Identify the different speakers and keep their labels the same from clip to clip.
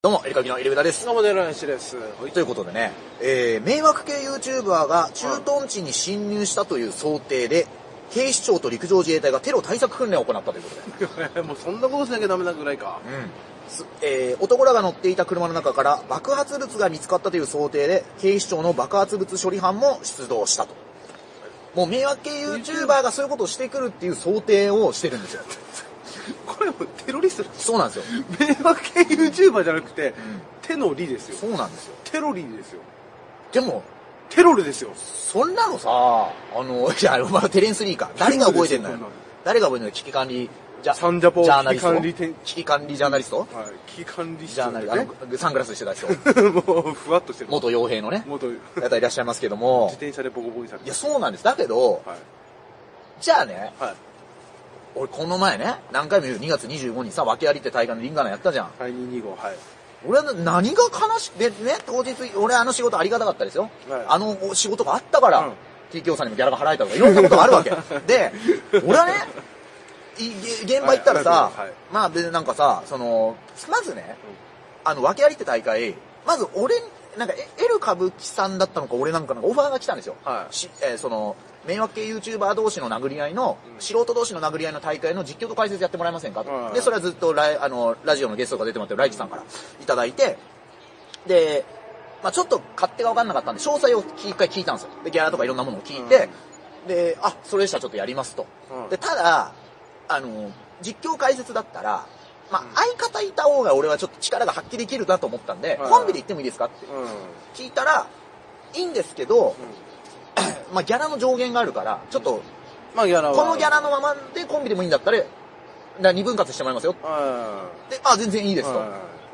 Speaker 1: どうも、エリカギのエリグダです。
Speaker 2: どうもね、ランシです。
Speaker 1: はい、ということでね、えー、迷惑系 YouTuber が駐屯地に侵入したという想定で、警視庁と陸上自衛隊がテロ対策訓練を行ったということで、
Speaker 2: もうそんなことしなきゃダメなぐらいか。
Speaker 1: うんすえー男らが乗っていた車の中から爆発物が見つかったという想定で、警視庁の爆発物処理班も出動したと。もう迷惑系 YouTuber がそういうことをしてくるっていう想定をしてるんですよ。
Speaker 2: これもうテロリストだ
Speaker 1: そうなんですよ。
Speaker 2: 迷惑系 YouTuber じゃなくて、手の利ですよ。
Speaker 1: そうなんですよ。
Speaker 2: テロリですよ。
Speaker 1: でも、
Speaker 2: テロルですよ。
Speaker 1: そんなのさ、あの、 いや、お前はテレンスリーか。誰が覚えてんのよ
Speaker 2: テレンスリーそんなの。
Speaker 1: 誰が覚えてんのよ危機管理、じゃ、
Speaker 2: サンジャポ
Speaker 1: ジャーナリスト
Speaker 2: 危機管理店
Speaker 1: 危機管理ジャーナリスト
Speaker 2: はい。危機管理室
Speaker 1: ジャーナリスト、
Speaker 2: ね。
Speaker 1: あの、サングラスしてた 人。
Speaker 2: もう、ふわっとしてる。
Speaker 1: 元傭兵のね、
Speaker 2: 元、自
Speaker 1: 方いらっしゃいますけど も。
Speaker 2: 転車でボコボコにされ
Speaker 1: い
Speaker 2: て
Speaker 1: や、。そうなんです。だけど、
Speaker 2: はい。
Speaker 1: じゃあね、
Speaker 2: はい。
Speaker 1: 俺この前ね、何回も言う2月25日さ、訳ありって大会のリンガーナやったじゃん。
Speaker 2: はい、225、はい。
Speaker 1: 俺は何が悲しく、でね、当日、俺あの仕事ありがたかったですよ。
Speaker 2: はい
Speaker 1: あの仕事があったから、
Speaker 2: うん
Speaker 1: TKO さんにもギャラが払えたとか、いろんなことがある わけ。で、俺はね、いげ現場行ったらさ、
Speaker 2: はいはい
Speaker 1: まあで、なんかさ、その、まずね、あの、訳ありって大会、まず俺、なんか、エル歌舞伎さんだったのか、俺なんかなんかオファーが来たんですよ。
Speaker 2: はい
Speaker 1: しえーその、迷惑系 YouTuber 同士の殴り合いの、
Speaker 2: うん
Speaker 1: 素人同士の殴り合いの大会の実況と解説やってもらえませんかと。
Speaker 2: はいはい
Speaker 1: で、それはずっとライあのラジオのゲストが出てもらってるライチさんからいただいて、で、まあちょっと勝手が分かんなかったんで、詳細を一回聞いたんですよ。で、ギャラとかいろんなものを聞いて、で、あ、それでしたらちょっとやりますと。
Speaker 2: うん
Speaker 1: で、ただ、あの、実況解説だったら、まあ
Speaker 2: うん
Speaker 1: 相方いた方が俺はちょっと力が発揮できるなと思ったんで、
Speaker 2: はいはい
Speaker 1: コンビで行ってもいいですかって
Speaker 2: うん。うん。
Speaker 1: 聞いたら、いいんですけど、 まあギャラの上限があるから、ちょっと、
Speaker 2: まあ、ギャラは。
Speaker 1: このギャラのままでコンビでもいいんだったら、な二分割してもらいますよ。
Speaker 2: は
Speaker 1: で、あ、全然いい
Speaker 2: い。
Speaker 1: ですと。
Speaker 2: は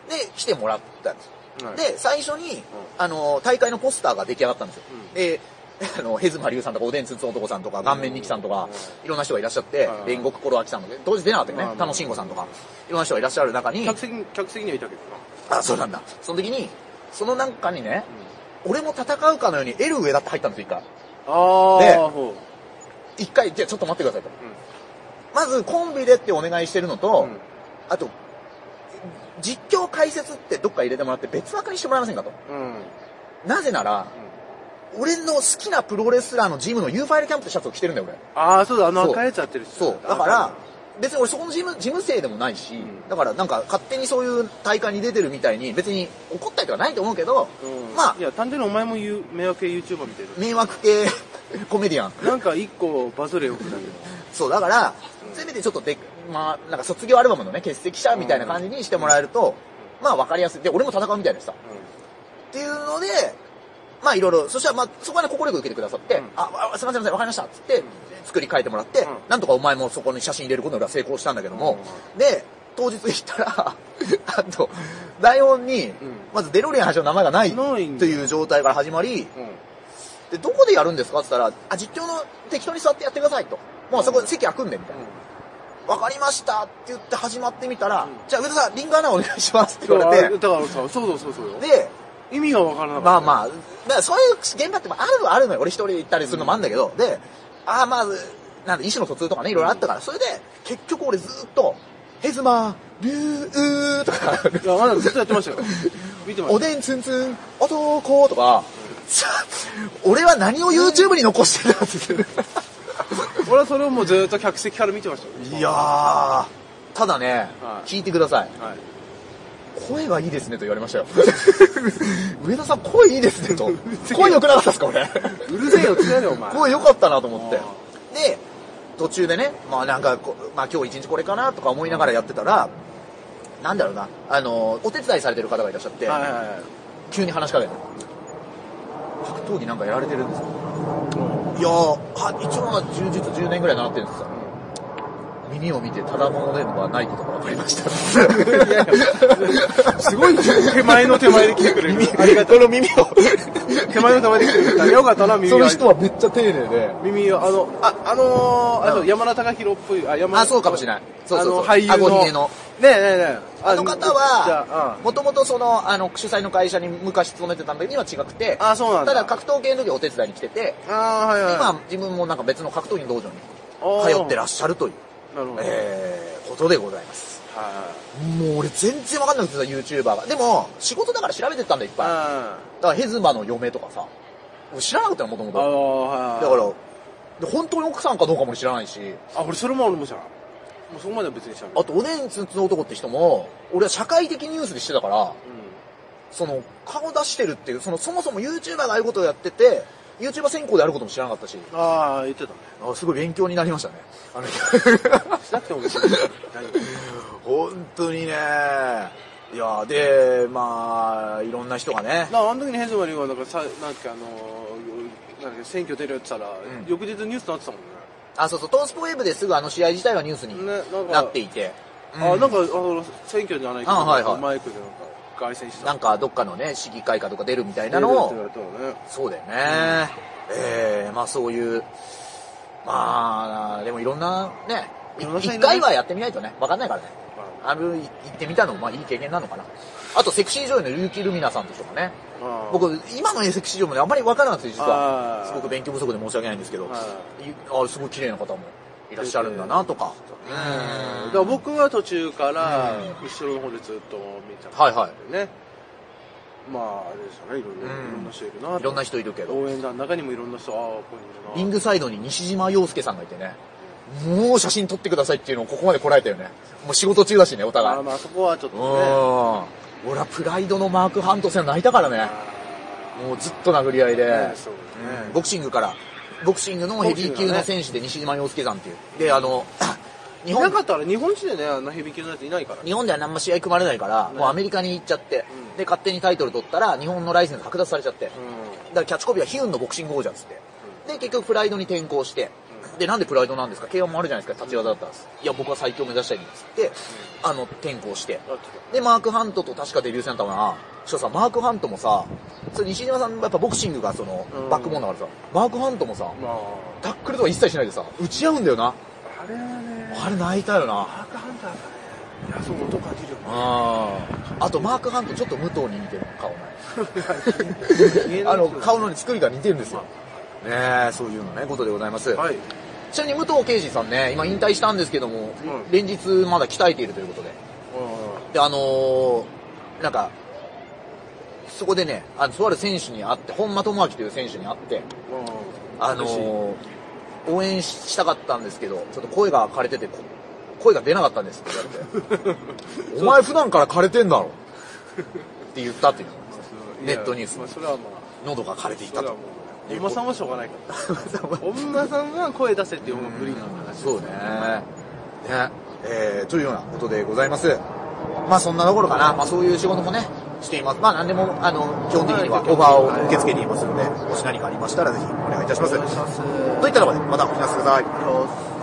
Speaker 1: で、来てもらったんですよ。
Speaker 2: いはい、
Speaker 1: で、最初に、あの、大会のポスターが出来上がったんですよ。
Speaker 2: うん
Speaker 1: で、 あの、ヘズマリュウさんとか、おでんつつ男さんとか、顔面ニキさんとか、いろんな人がいらっしゃって
Speaker 2: は、い
Speaker 1: 煉獄コロアキさんとか、当時出なかったよ
Speaker 2: まあ
Speaker 1: ね。
Speaker 2: まあ
Speaker 1: 楽しんごさんとか、いろんな人がいらっしゃる中に、
Speaker 2: 客席に、客席にはいたけどな。
Speaker 1: あ、そうなんだ。その時に、その中にね、俺も戦うかのように、L 上だって入ったんですよ、一回。
Speaker 2: あ
Speaker 1: で
Speaker 2: あ、ほう。
Speaker 1: 一回、じゃあちょっと待ってくださいと。まず、コンビでってお願いしてるの
Speaker 2: う
Speaker 1: と、
Speaker 2: ん。うん
Speaker 1: あと、実況解説ってどっか入れてもらって別枠にしてもらえませんかと。
Speaker 2: うん。うん。
Speaker 1: なぜなら、俺の好きなプロレスラーのジムの U ファイルキャンプってシャツを着てるんだよ、俺。
Speaker 2: ああ、そうだ、あの
Speaker 1: そう
Speaker 2: 赤いやつやってる人
Speaker 1: そう。だから、別に俺そこのジム、ジム生でもないし、
Speaker 2: ん
Speaker 1: だからなんか勝手にそういう大会に出てるみたいに別に怒ったりとかないと思うけど、
Speaker 2: うん
Speaker 1: まあ
Speaker 2: いや、単純にお前も言う迷惑系 YouTuber みたいな。
Speaker 1: 迷惑系 コメディアン。
Speaker 2: なんか一個バズれよくなる。
Speaker 1: そう、だから、せめてちょっとで、まあ、なんか卒業アルバムのね、欠席者みたいな感じにしてもらえると、まあ分かりやすい。で、俺も戦うみたいでした。っていうので、まあいろいろ、そしたらまあそこはね、心よく受けてくださって、
Speaker 2: うん
Speaker 1: あ、わわすいませんすいません、わかりました、つって、作り変えてもらって、
Speaker 2: うん
Speaker 1: なんとかお前もそこに写真入れることには成功したんだけども、で、当日行ったら、 あと、台本に、まずデロリアン発祥の名前がない
Speaker 2: ないんだ
Speaker 1: という状態から始まり、
Speaker 2: うん。うん。
Speaker 1: で、どこでやるんですかって言ったら、あ、実況の適当に座ってやってくださいと。もうそこ席空くんで、みたいな。わかりましたって言って始まってみたら、
Speaker 2: うん
Speaker 1: じゃあ上田さん、リンガーナお願いしますって言わ
Speaker 2: だから
Speaker 1: れて、
Speaker 2: だからさ、そうそうそうそうよ。
Speaker 1: で、
Speaker 2: 意味がわから
Speaker 1: ま
Speaker 2: なか
Speaker 1: あ
Speaker 2: った。
Speaker 1: まあ、だからそういう現場ってまああるはあるのよ。俺一人で行ったりするのもあるんだけど、で、ああまあ、なんだ、意思の疎通とかね、いろいろあったから、それで、結局俺ずっと、ヘズマー、リュー、うーとか、
Speaker 2: いや、まだずっとやってましたよ。見てま
Speaker 1: お
Speaker 2: し
Speaker 1: でんつんつん、男とか、さ俺は何を YouTube に残してたって言って
Speaker 2: た。俺はそれをもうずっと客席から見てました
Speaker 1: る。
Speaker 2: よ。
Speaker 1: いやー、ただね、
Speaker 2: はい
Speaker 1: 聞いてください。
Speaker 2: はい。
Speaker 1: 声がいいですねと言われましたよ。 上田さん声いいですねと。声良くなかったですか俺。
Speaker 2: うるせえよ、つやれよ、お前。
Speaker 1: 声良かったなと思って
Speaker 2: あ。
Speaker 1: で、途中でね、まあなんかこ、まあ今日一日これかなとか思いながらやってたら、なんだろうな、あの、お手伝いされてる方がいらっしゃって、
Speaker 2: はいはいはい。
Speaker 1: 急に話しかけて。格闘技なんかやられてるんですか
Speaker 2: うん
Speaker 1: いやー、は一応まあ柔術10年ぐらい習ってるんですよ。耳を見てただものではないことが分かりました。
Speaker 2: いやいやすごい手前の手前で来てくれる。ありがとう。
Speaker 1: この耳を、
Speaker 2: 手前の手前で来てくれる。よかったな、耳
Speaker 1: そ
Speaker 2: が
Speaker 1: の人はめっちゃ丁寧で、
Speaker 2: 耳を、あの、あ、あのー、あと、山田貴弘っぽい、あ、山田。
Speaker 1: あ、そうかもしれない。そうそうそう。
Speaker 2: あの、俳優の。
Speaker 1: 顎ひげの。
Speaker 2: ねえねえねえ。
Speaker 1: あの方
Speaker 2: じ
Speaker 1: は
Speaker 2: ゃ、
Speaker 1: もともとその、あの、主催の会社に昔勤めてたんだけど、今違くて、
Speaker 2: あ、あ、そうなん
Speaker 1: た
Speaker 2: だ。
Speaker 1: だ格闘系の時はお手伝いに来てて、
Speaker 2: あーはいはい。
Speaker 1: 今自分もなんか別の格闘技の道場に
Speaker 2: あー
Speaker 1: 通ってらっしゃるという、
Speaker 2: なるほど。
Speaker 1: えー、ことでございます。
Speaker 2: は
Speaker 1: もう俺全然わかんなくてさ、YouTuber が。でも、仕事だから調べてったんだよ、いっ
Speaker 2: い
Speaker 1: ぱい。だ
Speaker 2: は
Speaker 1: から、ヘズマの嫁とかさ、俺知らなかったよ、もとも
Speaker 2: い。うん。あ
Speaker 1: と。
Speaker 2: あ、はい。
Speaker 1: だから、で本当に奥さんかどうかも知らないし、
Speaker 2: あ、俺それも俺もじゃん。もうそこまでは別にしゃべる。
Speaker 1: あと、おでんつんつん男って人も、俺は社会的ニュースでしてたから、その、顔出してるっていう、その、そもそも YouTuber がああいうことをやってて、YouTuber 専攻であることも知らなかったし、
Speaker 2: うん。ああ、言ってたね。
Speaker 1: あすごい勉強になりましたね。あの、
Speaker 2: しなくても別に。大丈夫
Speaker 1: 本当にね、いや、で、まあ、いろんな人がね、
Speaker 2: なあの時にヘズマリンはなんかさなんかあのーなんか選挙出るやつたら、
Speaker 1: ん
Speaker 2: 翌日ニュースになってたもんね。
Speaker 1: あ、そうそう、トースポウェーブですぐあの試合自体はニュースに
Speaker 2: ねなんか
Speaker 1: なっていて、うん
Speaker 2: あなんかあの選挙じゃないけど、
Speaker 1: あはいはい
Speaker 2: マイクでなんか凱旋してた。
Speaker 1: なんかどっかのね、市議会かとか出るみたいなの
Speaker 2: 出
Speaker 1: を、
Speaker 2: るって言われたのね。
Speaker 1: そうだよね。ええまあそういう、まあ、でもいろんなね、い
Speaker 2: いろんな才能
Speaker 1: 一回はやってみないとね、わかんないからね。
Speaker 2: ま
Speaker 1: あの、い行ってみたのも、まあいい経験なのかな。あと、セクシー女優の結城ルミナさんとかね。
Speaker 2: あ、
Speaker 1: 僕、今のセクシー女優もね、あんまりわからなくて、実は
Speaker 2: あ。ー
Speaker 1: すごく勉強不足で申し訳ないんですけど、
Speaker 2: はい
Speaker 1: あすごい綺麗な方もいらっしゃるんだな、とか。う
Speaker 2: うん
Speaker 1: ん
Speaker 2: だから僕は途中から
Speaker 1: うん、
Speaker 2: 後ろの方でずっと見てた、。
Speaker 1: はいはい
Speaker 2: ね。まあ、あれですよね、いろんな、
Speaker 1: うん
Speaker 2: いろんな人いるなと
Speaker 1: いろんな人いるけど。
Speaker 2: 応援団の中にもいろんな人、ああ、ここに
Speaker 1: リ
Speaker 2: いる
Speaker 1: ン
Speaker 2: な
Speaker 1: グサイドに西島洋介さんがいてね、もう写真撮ってくださいっていうのをここまで来られたよね。もう仕事中だしね、お
Speaker 2: あ
Speaker 1: 互い。
Speaker 2: あ
Speaker 1: う
Speaker 2: まあ、そこはちょっと
Speaker 1: ん
Speaker 2: ね。あ。
Speaker 1: 俺はプライドのマーク・ハント戦泣いたからね。もうずっと殴り合いで。
Speaker 2: ねそうね
Speaker 1: うんボクシングから、ボクシングのヘビー級の選手で西島洋介さんっていう。で、あ の、日
Speaker 2: いな
Speaker 1: 本、
Speaker 2: かったら日本人でね、あんな響きのやついないからね。
Speaker 1: 日本では何も試合組まれないから、
Speaker 2: ね
Speaker 1: もうアメリカに行っちゃって、
Speaker 2: うん
Speaker 1: で、勝手にタイトル取ったら、日本のライセンス剥奪されちゃって。
Speaker 2: う
Speaker 1: だからキャッチコピーはヒュンのボクシング王者っつって。で、結局プライドに転向して、で、なんでプライドなんですか ?K1 もあるじゃないですか、立ち技だったんです。いや、僕は最強目指したいんですって、あの、転向して。
Speaker 2: ん。だって
Speaker 1: で、マーク・ハントと確かデビュー戦だったかな。しかもさ、マーク・ハントもさ、それ西島さん、やっぱボクシングがその
Speaker 2: うん、
Speaker 1: バックボーンだからさ、マーク・ハントもさ、
Speaker 2: ま
Speaker 1: タックルとか一切しないでさ、打ち合うんだよな。
Speaker 2: あ、あれはね、
Speaker 1: あれ泣いたよ
Speaker 2: マ
Speaker 1: な。
Speaker 2: ークハンターがね、いや、そう、音感じるよね。
Speaker 1: うん。あと、マーク・ハントちょっと武藤に似てる顔ね。
Speaker 2: 見えな い
Speaker 1: あの、顔の作りが似てるんですよ。ねえ、そういうのね、ことでございます。
Speaker 2: はい。
Speaker 1: ちなみに武藤敬司さんね、今引退したんですけども、
Speaker 2: うん
Speaker 1: 連日まだ鍛えているということで。で、あのーなんか、そこでね、あの、とある選手に会って、本間智明という選手に会って、あのー応援ししたかったんですけど、ちょっと声が枯れてて、こ声が出なかったん ですって言われて、お前普段から枯れてんだろって言ったっていうの。ネットニュース
Speaker 2: まあ、それはまあ、
Speaker 1: 喉が枯れてい
Speaker 2: そ
Speaker 1: た
Speaker 2: れは
Speaker 1: と
Speaker 2: も。う、本間さんはしょうがないから。 本間さんが声出せっていうのが無理な話。
Speaker 1: そうね。ね。えー、というようなことでございます。まあそんなところかな。まあそういう仕事もね、しています。まあ何でも、あの、基本的にはオファーを受け付けていますので、もし何かありましたらぜひお願いいたします。
Speaker 2: お願いします。
Speaker 1: といったところで、またお聞きなさください。